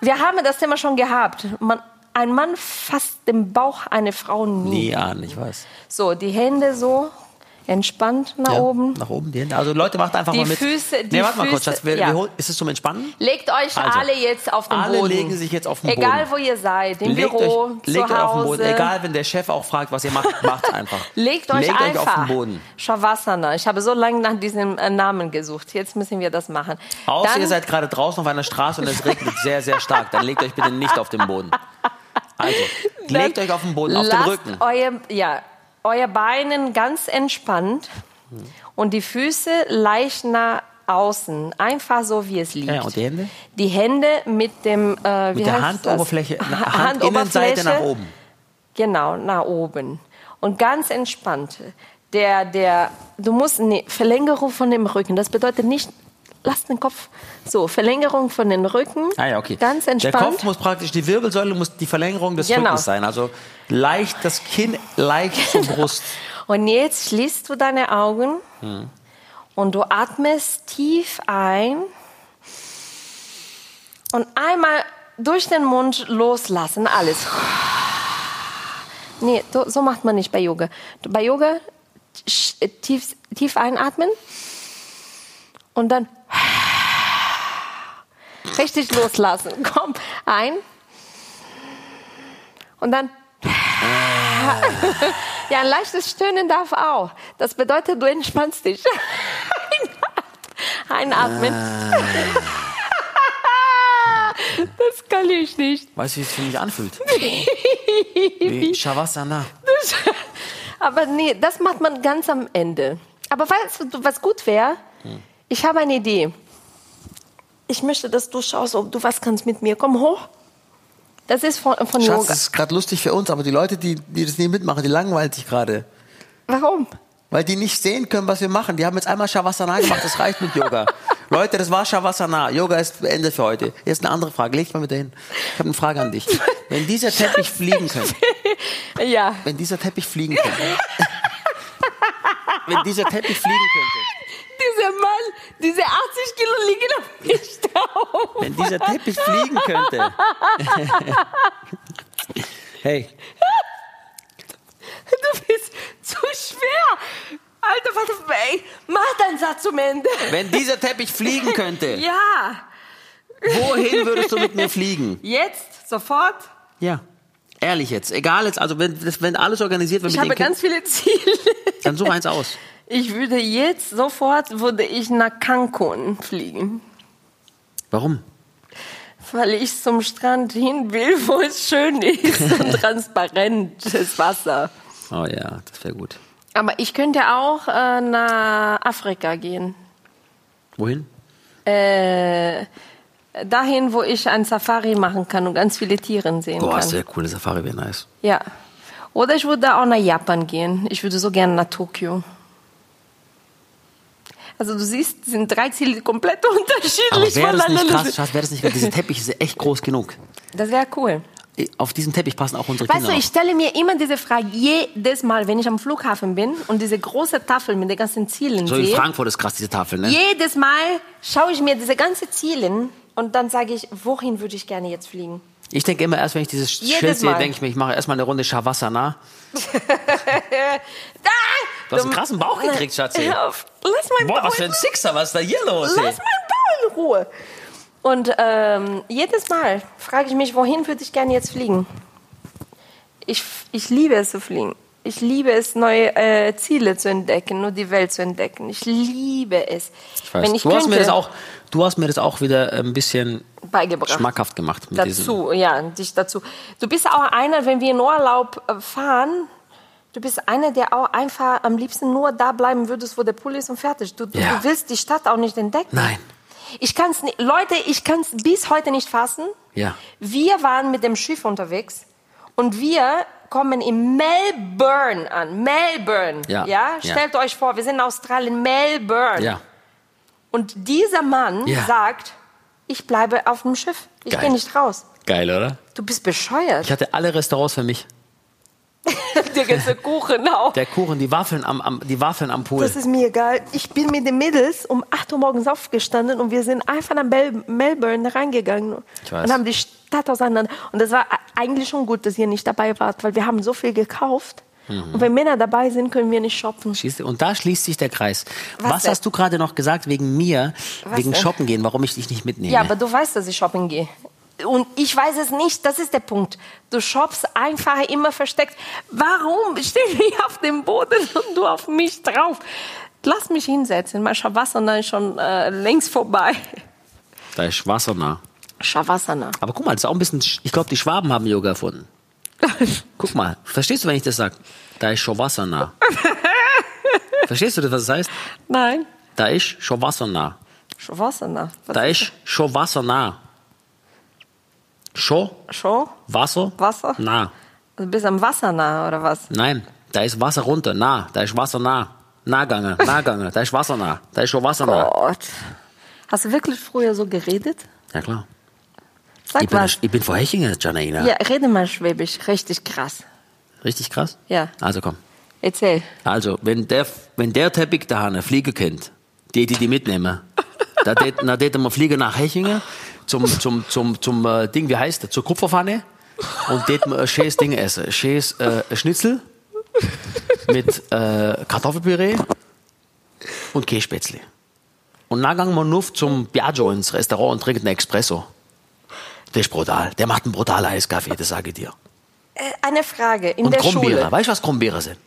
wir haben das Thema schon gehabt. Man, ein Mann fasst den Bauch einer Frau nie.
nie an, ich weiß.
So, die Hände so entspannt nach
Ja,
oben.
Nach oben, die Hände. Also Leute, macht einfach
Die
mal mit.
Füße- die
nee, warte mal kurz,
Füße-
Schatz, wir,
ja.
wir holen, ist es zum Entspannen?
Legt euch
Also,
alle jetzt auf den
alle
Boden.
legen sich jetzt auf den
Egal
Boden.
wo ihr seid, im
legt
Büro,
euch, legt
zu
euch auf
Hause.
den Boden. Egal, wenn der Chef auch fragt, was ihr macht, macht einfach.
Legt euch
legt
einfach.
euch auf den Boden.
Shavasana. Ich habe so lange nach diesem äh, Namen gesucht. Jetzt müssen wir das machen.
Außer
Dann-
ihr seid gerade draußen auf einer Straße und es regnet sehr, sehr stark. Dann legt euch bitte nicht auf den Boden. Also,
dann
legt euch auf den Boden, auf den
lasst
Rücken.
Euer, ja, euer Beinen ganz entspannt und die Füße leicht nach außen. Einfach so, wie es liegt.
Ja, und die Hände?
Die Hände mit dem... Äh, wie
Mit der
heißt das?
Handoberfläche,
Ha-
na- Handinnenseite nach oben.
Genau, nach oben. Und ganz entspannt. Der, der, du musst, nee, Verlängerung von dem Rücken. Das bedeutet nicht, lass den Kopf, so, Verlängerung von den Rücken.
Ah ja, okay.
Ganz entspannt.
Der Kopf muss praktisch, die Wirbelsäule muss die Verlängerung des
Genau.
Rückens sein. Also leicht das Kinn, leicht zur Brust.
Und jetzt schließt du deine Augen und du atmest tief ein und einmal durch den Mund loslassen, alles. Nee, so, so macht man nicht bei Yoga. Bei Yoga sch- tief, tief einatmen und dann richtig loslassen. Komm, ein und dann ja, ein leichtes Stöhnen darf auch. Das bedeutet, du entspannst dich. Einatmen. Das kann ich nicht.
Weißt du, wie es für mich anfühlt? Wie Shavasana.
Aber nee, das macht man ganz am Ende. Aber weißt du, was gut wäre? Ich habe eine Idee. Ich möchte, dass du schaust, ob du was kannst mit mir. Komm hoch. Das ist von, von
Schatz,
Yoga.
das ist gerade lustig für uns, aber die Leute, die, die das nie mitmachen, die langweilen sich gerade.
Warum?
Weil die nicht sehen können, was wir machen. Die haben jetzt einmal Shavasana gemacht, das reicht mit Yoga. Leute, das war Shavasana. Yoga ist Ende für heute. Jetzt eine andere Frage. Leg dich mal mit dahin. Ich habe eine Frage an dich. Wenn dieser Teppich fliegen könnte,
Ja.
wenn dieser Teppich fliegen könnte, wenn dieser Teppich fliegen könnte,
Dieser Mann, diese 80 Kilo liegen auf mich drauf.
wenn dieser Teppich fliegen könnte. Hey,
Du bist zu schwer. Alter, warte, ey, mach deinen Satz zum Ende.
wenn dieser Teppich fliegen könnte,
Ja,
wohin würdest du mit mir fliegen?
jetzt, sofort.
Ja. Ehrlich jetzt, egal jetzt, also wenn, das- wenn alles organisiert wird
Ich
mit den
habe
Kindern,
ganz viele Ziele.
dann such eins aus.
Ich würde jetzt, sofort, würde ich nach Cancun fliegen.
Warum?
Weil ich zum Strand hin will, wo es schön ist und transparentes Wasser.
Oh ja, das wäre gut.
Aber ich könnte auch äh, nach Afrika gehen.
Wohin?
Äh, dahin, wo ich ein Safari machen kann und ganz viele Tiere sehen
Boah,
kann.
ist sehr cool, Safari wäre nice.
Ja. Oder ich würde auch nach Japan gehen. Ich würde so gerne nach Tokio. Also du siehst, die sind drei Ziele komplett
Aber
unterschiedlich
wäre das nicht krass,
voneinander.
Schatz, wäre das nicht krass? Dieser Teppich ist echt groß genug.
Das wäre cool.
Auf diesen Teppich passen auch unsere
Weißt
Kinder.
du, ich
auf.
stelle mir immer diese Frage jedes Mal, wenn ich am Flughafen bin und diese große Tafel mit den ganzen Zielen
so in
sehe.
Frankfurt ist krass, diese Tafel, ne?
Jedes Mal schaue ich mir diese ganzen Ziele und dann sage ich, wohin würde ich gerne jetzt fliegen?
Ich denke immer erst, wenn ich dieses
Jedes
Schild sehe,
Mal.
denke ich mir, ich mache erstmal eine Runde Shavasana. Du hast einen krassen Bauch gekriegt, Schatzi.
Hör auf. Lass mein
Boah,
Bauch
was für ein Sixer, was ist da hier los? ey?
Lass meinen Bauch in Ruhe. Und ähm, jedes Mal frage ich mich, wohin würde ich gerne jetzt fliegen? Ich, ich liebe es zu fliegen. Ich liebe es, neue äh, Ziele zu entdecken, nur die Welt zu entdecken. Ich liebe es.
Ich weiß.
Wenn ich
du, hast mir
könnte-
das auch, du hast mir das auch wieder ein bisschen
beigebracht.
schmackhaft gemacht. Mit diesem.
dazu, ja, dich dazu. Du bist auch einer, wenn wir in Urlaub äh, fahren, du bist einer, der auch einfach am liebsten nur da bleiben würdest, wo der Pool ist und fertig. Du,
Ja.
du willst die Stadt auch nicht entdecken.
Nein.
Ich kann's nicht, Leute, ich kann's bis heute nicht fassen.
Ja.
Wir waren mit dem Schiff unterwegs und wir kommen in Melbourne an. Melbourne.
Ja. Ja.
Stellt euch vor, wir sind in Australien, Melbourne.
Ja.
Und dieser Mann
Ja.
sagt, ich bleibe auf dem Schiff. Ich
Geil.
gehe nicht raus.
Geil, oder?
Du bist bescheuert.
Ich hatte alle Restaurants für mich.
Der ganze Kuchen auch.
Der Kuchen, die Waffeln am, am, die Waffeln am Pool.
Das ist mir egal. Ich bin mit den Mädels um 8 Uhr morgens aufgestanden und wir sind einfach nach Mel Melbourne reingegangen
Ich weiß.
und haben die Stadt auseinander. Und das war a- eigentlich schon gut, dass ihr nicht dabei wart, weil wir haben so viel gekauft.
Mhm.
Und wenn Männer dabei sind, können wir nicht shoppen.
Siehst du? Und da schließt sich der Kreis.
Was
Was,
denn?
hast du gerade noch gesagt wegen mir,
Was
wegen
denn?
Shoppen gehen, warum ich dich nicht mitnehme?
Ja, aber du weißt, dass ich shoppen gehe. Und ich weiß es nicht, das ist der Punkt. Du shoppst einfach immer versteckt. Warum stehe ich auf dem Boden und du auf mich drauf? Lass mich hinsetzen. Mein Shavasana ist schon äh, längst vorbei.
da ist Wasser nah.
Shavasana.
Aber guck mal, das ist auch ein bisschen. Ich glaube, die Schwaben haben Yoga erfunden. Guck mal, verstehst du, wenn ich das sage? Da ist Shavasana. verstehst du, das, was das heißt?
Nein.
Da ist Shavasana.
Shavasana. Was-
Da ist Shavasana. Sho,
Sho?
Wasser,
Wasser?
na.
Du bist am Wasser nah, oder was?
Nein, da ist Wasser runter, na. Da ist Wasser nah. Nahgange, Nahgange, da ist Wasser nah. Da ist Shavasana.
Gott. Hast du wirklich früher so geredet?
Ja, klar.
Sag
Ich bin,
was.
ich bin vor Hechingen, Janaina.
Ja, rede mal Schwäbisch. Richtig krass.
Richtig krass?
Ja.
Also komm.
Erzähl.
Also, wenn der, wenn der Teppich da eine Fliege kennt, die, die die mitnehmen, da det, na, det wir fliegen nach Hechingen zum, zum, zum, zum äh, Ding, wie heißt das, zur Kupferpfanne und det wir ein schönes Ding essen. Ein schönes äh, ein Schnitzel mit äh, Kartoffelpüree und Kässpätzle. Und dann gehen wir nur zum Piaggio ins Restaurant und trinken einen Espresso. Der ist brutal. Der macht einen brutalen Eiskaffee, das sage ich dir.
Äh, eine Frage. In
Und
der
Krummbiere.
Schule.
Weißt du, was Krummbiere sind?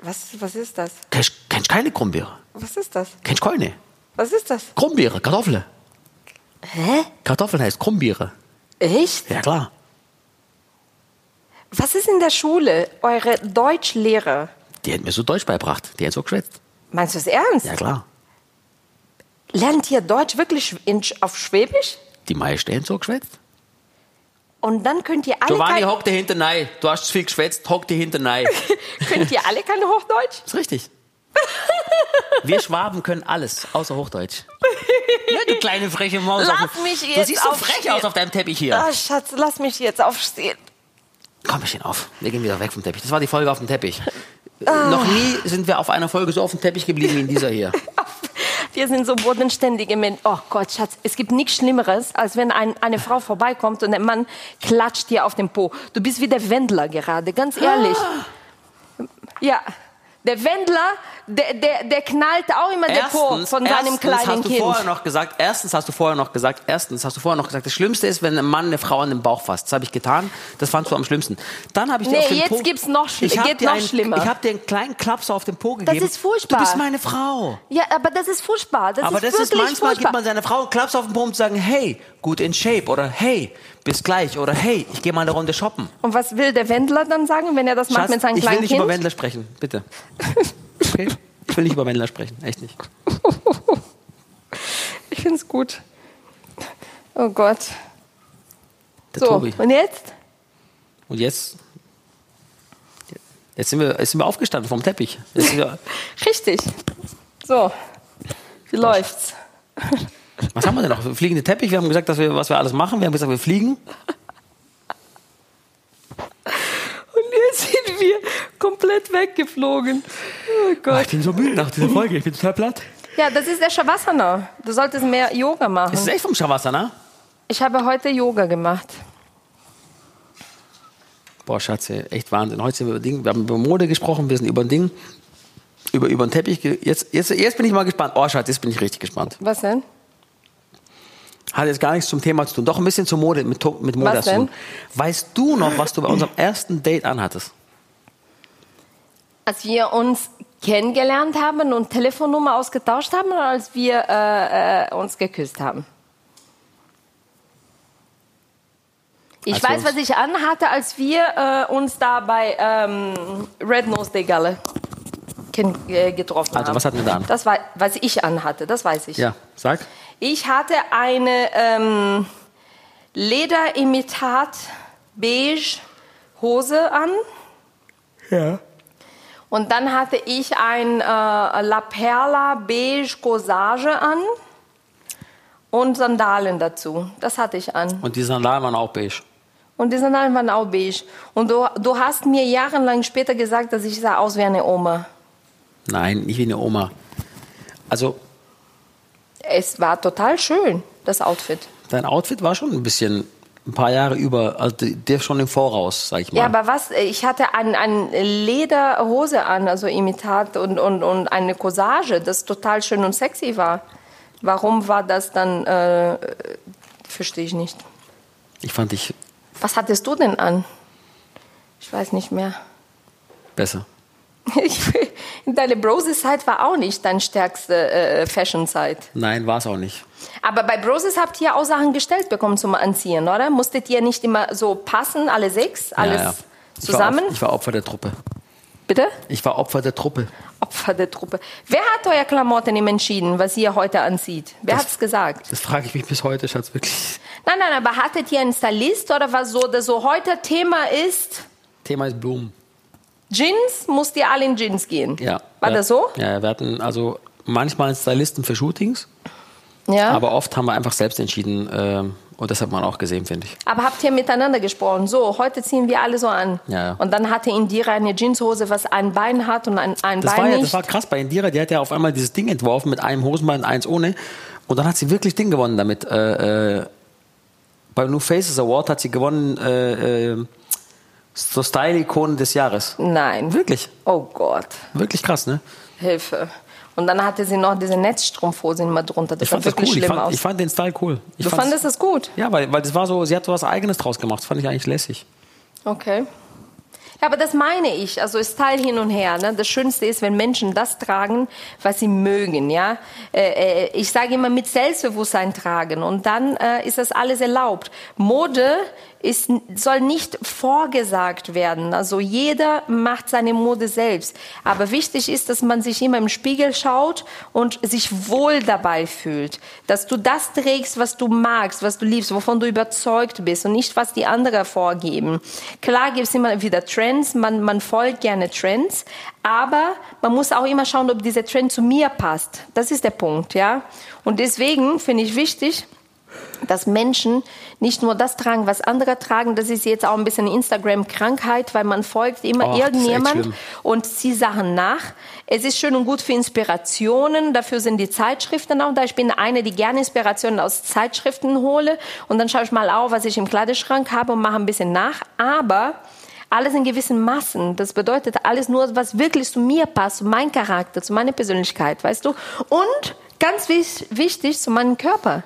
Was, was ist das?
Kennst kennst keine Krummbiere?
Was ist das?
Kennst keine?
Was ist das?
Krummbiere, Kartoffeln.
Hä?
Kartoffeln heißt Krummbiere.
Echt?
Ja, klar.
Was ist in der Schule? Eure Deutschlehrer.
Die hätten mir so Deutsch beibracht. Die hätten so geschwätzt.
Meinst du es ernst?
Ja, klar.
Lernt ihr Deutsch wirklich in, auf Schwäbisch?
Die meisten hätten so geschwätzt.
Und dann könnt ihr alle,
Giovanni,
kein,
hock dir hinten rein. Du hast zu viel geschwätzt, hock dir hinten rein.
könnt ihr alle kein Hochdeutsch?
Ist richtig. Wir Schwaben können alles, außer Hochdeutsch. Ja, du kleine freche Maus.
Lass
auf dem-
mich
du
jetzt
siehst so
aufstehen.
frech aus auf deinem Teppich hier.
Ah, Schatz, lass mich jetzt aufstehen.
Komm, wir stehen auf. Wir gehen wieder weg vom Teppich. Das war die Folge auf dem Teppich. Äh, Noch nie sind wir auf einer Folge so auf dem Teppich geblieben wie in dieser hier.
Wir sind so bodenständige Menschen. Oh Gott, Schatz, es gibt nichts Schlimmeres, als wenn ein, eine Frau vorbeikommt und ein Mann klatscht dir auf den Po. Du bist wie der Wendler gerade, ganz ehrlich. Ja, der Wendler, der, der, der knallt auch immer den Po von seinem kleinen
hast du
Kind.
vorher noch gesagt, erstens hast du vorher noch gesagt, erstens hast du vorher noch gesagt, das Schlimmste ist, wenn ein Mann eine Frau an den Bauch fasst. Das habe ich getan. Das fandst du am schlimmsten. Dann habe ich dir
Nee,
auf den
jetzt
Po,
gibt's noch schli-
Ich hab
geht
dir
noch
einen,
schlimmer.
Ich habe dir einen kleinen Klaps auf den Po gegeben.
ist furchtbar.
Du bist meine Frau.
Ja, aber das ist furchtbar. Das
Aber
ist
das ist
wirklich
manchmal
furchtbar.
gibt man seiner Frau einen Klaps auf den Po, um zu sagen, hey, gut in Shape oder hey, bis gleich oder hey, ich gehe mal eine Runde shoppen.
und was will der Wendler dann sagen, wenn er das macht
Schatz,
mit seinem
ich will
kleinen
nicht über
Kind?
Wendler sprechen, bitte. Okay? Ich will nicht über Wendler sprechen, echt nicht.
Ich finde es gut. Oh Gott.
Der
So,
Tobi.
und jetzt?
Und jetzt, jetzt sind wir, jetzt sind wir aufgestanden vom Teppich. Jetzt sind wir,
Richtig. So, wie läuft's?
was haben wir denn noch? Fliegende Teppich. Wir haben gesagt, dass wir, was wir alles machen. Wir haben gesagt, wir fliegen.
Und jetzt sind wir komplett weggeflogen. Oh Gott.
Ah, bin so müde nach dieser Folge. Ich bin total platt.
Ja, das ist der Shavasana. Du solltest mehr Yoga
Das
machen.
ist echt vom ne? Shavasana.
Ich habe heute Yoga gemacht.
Boah, Schatze, echt Wahnsinn. Heute sind wir über Ding. Wir haben über Mode gesprochen. Wir sind über ein Ding. Über, über den Teppich. ge- Jetzt, jetzt, jetzt bin ich mal gespannt. Oh, Schatz, jetzt bin ich richtig gespannt.
Was denn?
Hat jetzt gar nichts zum Thema zu tun. Doch ein bisschen zur Mode, mit, To- mit Mode
Was
zu tun.
denn?
Weißt du noch, was du bei unserem ersten Date anhattest?
als wir uns kennengelernt haben und Telefonnummer ausgetauscht haben oder als wir äh, äh, uns geküsst haben? Ich
Als wir
weiß,
uns-
was ich anhatte, als wir äh, uns da bei ähm, Red Nose der Galle kenn- äh, getroffen
Also,
haben.
was hatten wir da an?
Das war, was ich anhatte, das weiß ich.
Ja, sag.
Ich hatte eine ähm, Lederimitat beige Hose an. Ja. Und dann hatte ich ein äh, La Perla beige Corsage an und Sandalen dazu. Das hatte ich an.
Und die Sandalen waren auch beige.
Und die Sandalen waren auch beige. Und du, du hast mir jahrelang später gesagt, dass ich sah aus wie eine Oma.
Nein, nicht wie eine Oma. Also,
Es war total schön, das Outfit.
dein Outfit war schon ein bisschen, ein paar Jahre über, also die- der schon im Voraus, sag ich mal.
Ja, aber was? äh, Ich hatte eine ein Lederhose an, also Imitat und, und, und eine Corsage, das total schön und sexy war. Warum war das dann? Äh, äh, verstehe ich nicht.
ich fand dich
Was hattest du denn an? Ich weiß nicht mehr.
besser.
Ich, deine Broses-Zeit war auch nicht deine stärkste äh, Fashion-Zeit.
Nein, war es auch nicht.
Aber bei Broses habt ihr auch Sachen gestellt bekommen zum Anziehen, oder? Musstet ihr nicht immer so passen, alle sechs, alles
Ja, ja. Ich
zusammen?
war, Op- ich war Opfer der Truppe.
Bitte?
Ich war Opfer der Truppe.
Opfer der Truppe. Wer hat euer Klamotten ihm entschieden, was ihr heute anzieht? Wer
Das-
hat's gesagt?
Das frage ich mich bis heute, Schatz, wirklich.
Nein, nein, aber hattet ihr einen Stylist oder was so, dass so heute Thema ist
Thema ist Blumen.
Jeans, musst ihr alle in Jeans gehen?
Ja.
War
ja.
das so?
Ja, wir hatten also manchmal einen Stylisten für Shootings,
Ja. Aber,
aber oft haben wir einfach selbst entschieden ähm, und das hat man auch gesehen, finde ich.
habt ihr miteinander gesprochen? So, heute ziehen wir alle so an.
Ja, ja.
Und dann hatte Indira eine Jeanshose, was ein Bein hat und ein, ein
Das
Bein
war ja, das
nicht.
war krass bei Indira, die hat ja auf einmal dieses Ding entworfen mit einem Hosenbein, eins ohne und dann hat sie wirklich Ding gewonnen damit. Äh, äh, beim New Faces Award hat sie gewonnen äh, äh, zur Style-Ikone des Jahres.
Nein.
Wirklich,
Oh Gott,
wirklich krass, ne?
Hilfe. Und dann hatte sie noch diese Netzstrumpfhose immer drunter. Das
Ich fand
sah
das
wirklich
cool, ich
schlimm
fand,
aus.
ich fand den Style cool. Ich
du
fand's-
fandest es gut?
Ja, weil, weil das war so, sie hat so was Eigenes draus gemacht. Das fand ich eigentlich lässig.
Okay. Ja, aber das meine ich. Also Style hin und her. Ne? Das Schönste ist, wenn Menschen das tragen, was sie mögen. Ja, äh, äh, ich sage immer mit Selbstbewusstsein tragen und dann äh, ist das alles erlaubt. Mode ist, soll nicht vorgesagt werden. Also jeder macht seine Mode selbst. Aber wichtig ist, dass man sich immer im Spiegel schaut und sich wohl dabei fühlt, dass du das trägst, was du magst, was du liebst, wovon du überzeugt bist und nicht, was die anderen vorgeben. Klar gibt es immer wieder Trends, man, man folgt gerne Trends, aber man muss auch immer schauen, ob dieser Trend zu mir passt. Das ist der Punkt, ja. Und deswegen finde ich wichtig, dass Menschen nicht nur das tragen, was andere tragen. Das ist jetzt auch ein bisschen Instagram-Krankheit, weil man folgt immer
Oh, das ist echt
irgendjemand
schlimm.
und zieht Sachen nach. Es ist schön und gut für Inspirationen. Dafür sind die Zeitschriften auch da. Ich bin eine, die gerne Inspirationen aus Zeitschriften hole. Und dann schaue ich mal auf, was ich im Kleiderschrank habe und mache ein bisschen nach. Aber alles in gewissen Massen. Das bedeutet alles nur, was wirklich zu mir passt, zu meinem Charakter, zu meiner Persönlichkeit, weißt du? Und ganz wich- wichtig, zu meinem Körper.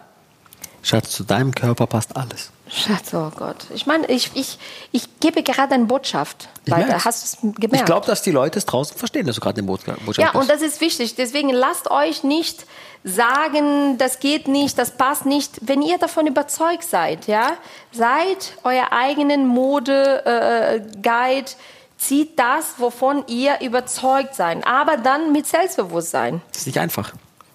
Schatz, zu deinem Körper passt alles.
Schatz, oh Gott. Ich meine, ich, ich, ich gebe gerade eine Botschaft weiter.
merk's.
Hast du es gemerkt?
Ich glaube, dass die Leute es draußen verstehen, dass du gerade den Botscha- Botschaft
ja, und
bist.
das ist wichtig. Deswegen lasst euch nicht sagen, das geht nicht, das passt nicht. Wenn ihr davon überzeugt seid, ja, seid euer eigenen Mode-Guide. Zieht das, wovon ihr überzeugt seid, aber dann mit Selbstbewusstsein.
Das ist nicht einfach.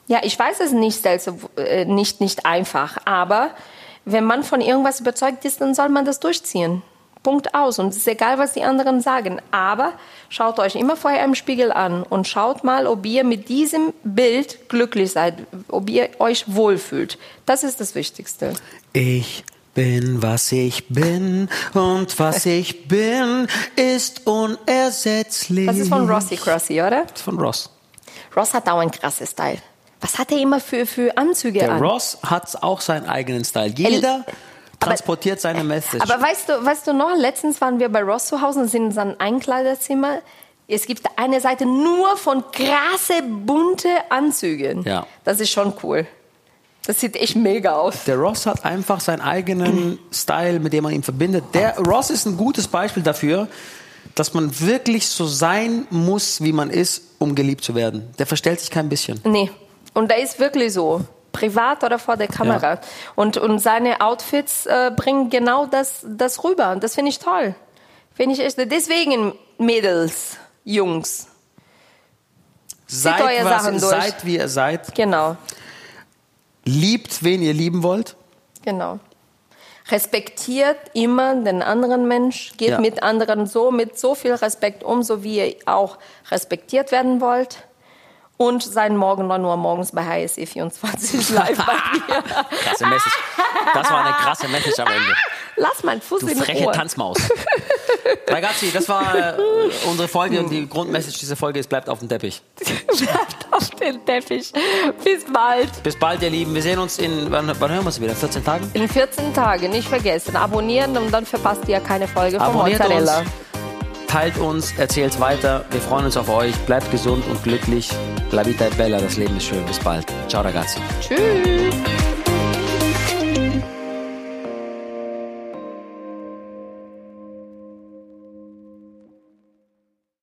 Ja, ich weiß es ist nicht, also, äh, nicht, nicht einfach, aber wenn man von irgendwas überzeugt ist, dann soll man das durchziehen. Punkt aus. Und es ist egal, was die anderen sagen. Aber schaut euch immer vorher im Spiegel an und schaut mal, ob ihr mit diesem Bild glücklich seid, ob ihr euch wohlfühlt. Das ist das Wichtigste.
Ich bin, was ich bin und was ich bin ist unersetzlich.
Das ist von Rossi Crossi, oder?
Das ist von Ross.
Ross hat auch ein krasses Style. Was hat er immer für, für Anzüge
Der
an?
Ross hat auch seinen eigenen Style. Jeder transportiert seine Message.
Äh, Aber weißt du, weißt du noch, letztens waren wir bei Ross zu Hause und sind in seinem Einkleiderzimmer. Es gibt eine Seite nur von krasse, bunte Anzügen.
Ja.
Das ist schon cool. Das sieht echt mega aus.
Der Ross hat einfach seinen eigenen Style, mit dem man ihn verbindet. Der Ross ist ein gutes Beispiel dafür, dass man wirklich so sein muss, wie man ist, um geliebt zu werden. Der verstellt sich kein bisschen.
Nee. Und da ist wirklich so. Privat oder vor der Kamera.
Ja.
Und, und seine Outfits äh, bringen genau das, das rüber. Und das finde ich toll. Finde ich echt. Deswegen, Mädels, Jungs.
Seid,
eure
was,
Sachen durch.
seid wie ihr seid.
Genau.
Liebt, wen ihr lieben wollt.
Genau. Respektiert immer den anderen Mensch, geht
Ja.
mit anderen so, mit so viel Respekt um, so wie ihr auch respektiert werden wollt. Und sein Morgen 9 Uhr morgens bei HSE 24 live bei mir.
Krasse Message. Das war eine krasse Message am Ende.
Lass meinen Fuß
Du
in
freche
Ruhe.
Tanzmaus. Ragazzi, das war äh, unsere Folge und die Grundmessage dieser Folge ist, bleibt auf dem Teppich.
Bleibt auf den Teppich. Bis bald.
Bis bald, ihr Lieben. Wir sehen uns in, wann, wann hören wir uns wieder? In 14 Tagen?
In 14 Tagen, nicht vergessen, abonnieren und dann verpasst ihr keine Folge von Mozzarella.
teilt uns, erzählt weiter. Wir freuen uns auf euch. Bleibt gesund und glücklich. La vita è bella, das Leben ist schön. Bis bald. Ciao, ragazzi.
Tschüss.